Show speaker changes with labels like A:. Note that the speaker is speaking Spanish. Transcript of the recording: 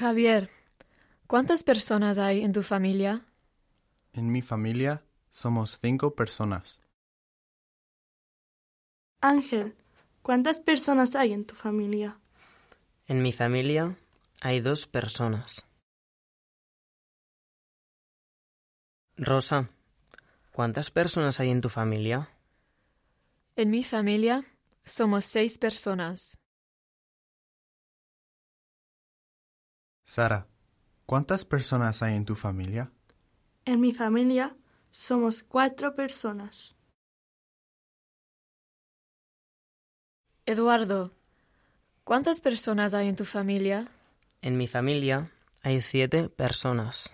A: Javier, ¿cuántas personas hay en tu familia?
B: En mi familia somos cinco personas.
C: Ángel, ¿cuántas personas hay en tu familia?
D: En mi familia hay dos personas. Rosa, ¿cuántas personas hay en tu familia?
A: En mi familia somos seis personas.
B: Sara, ¿cuántas personas hay en tu familia?
C: En mi familia somos cuatro personas.
A: Eduardo, ¿cuántas personas hay en tu familia?
D: En mi familia hay siete personas.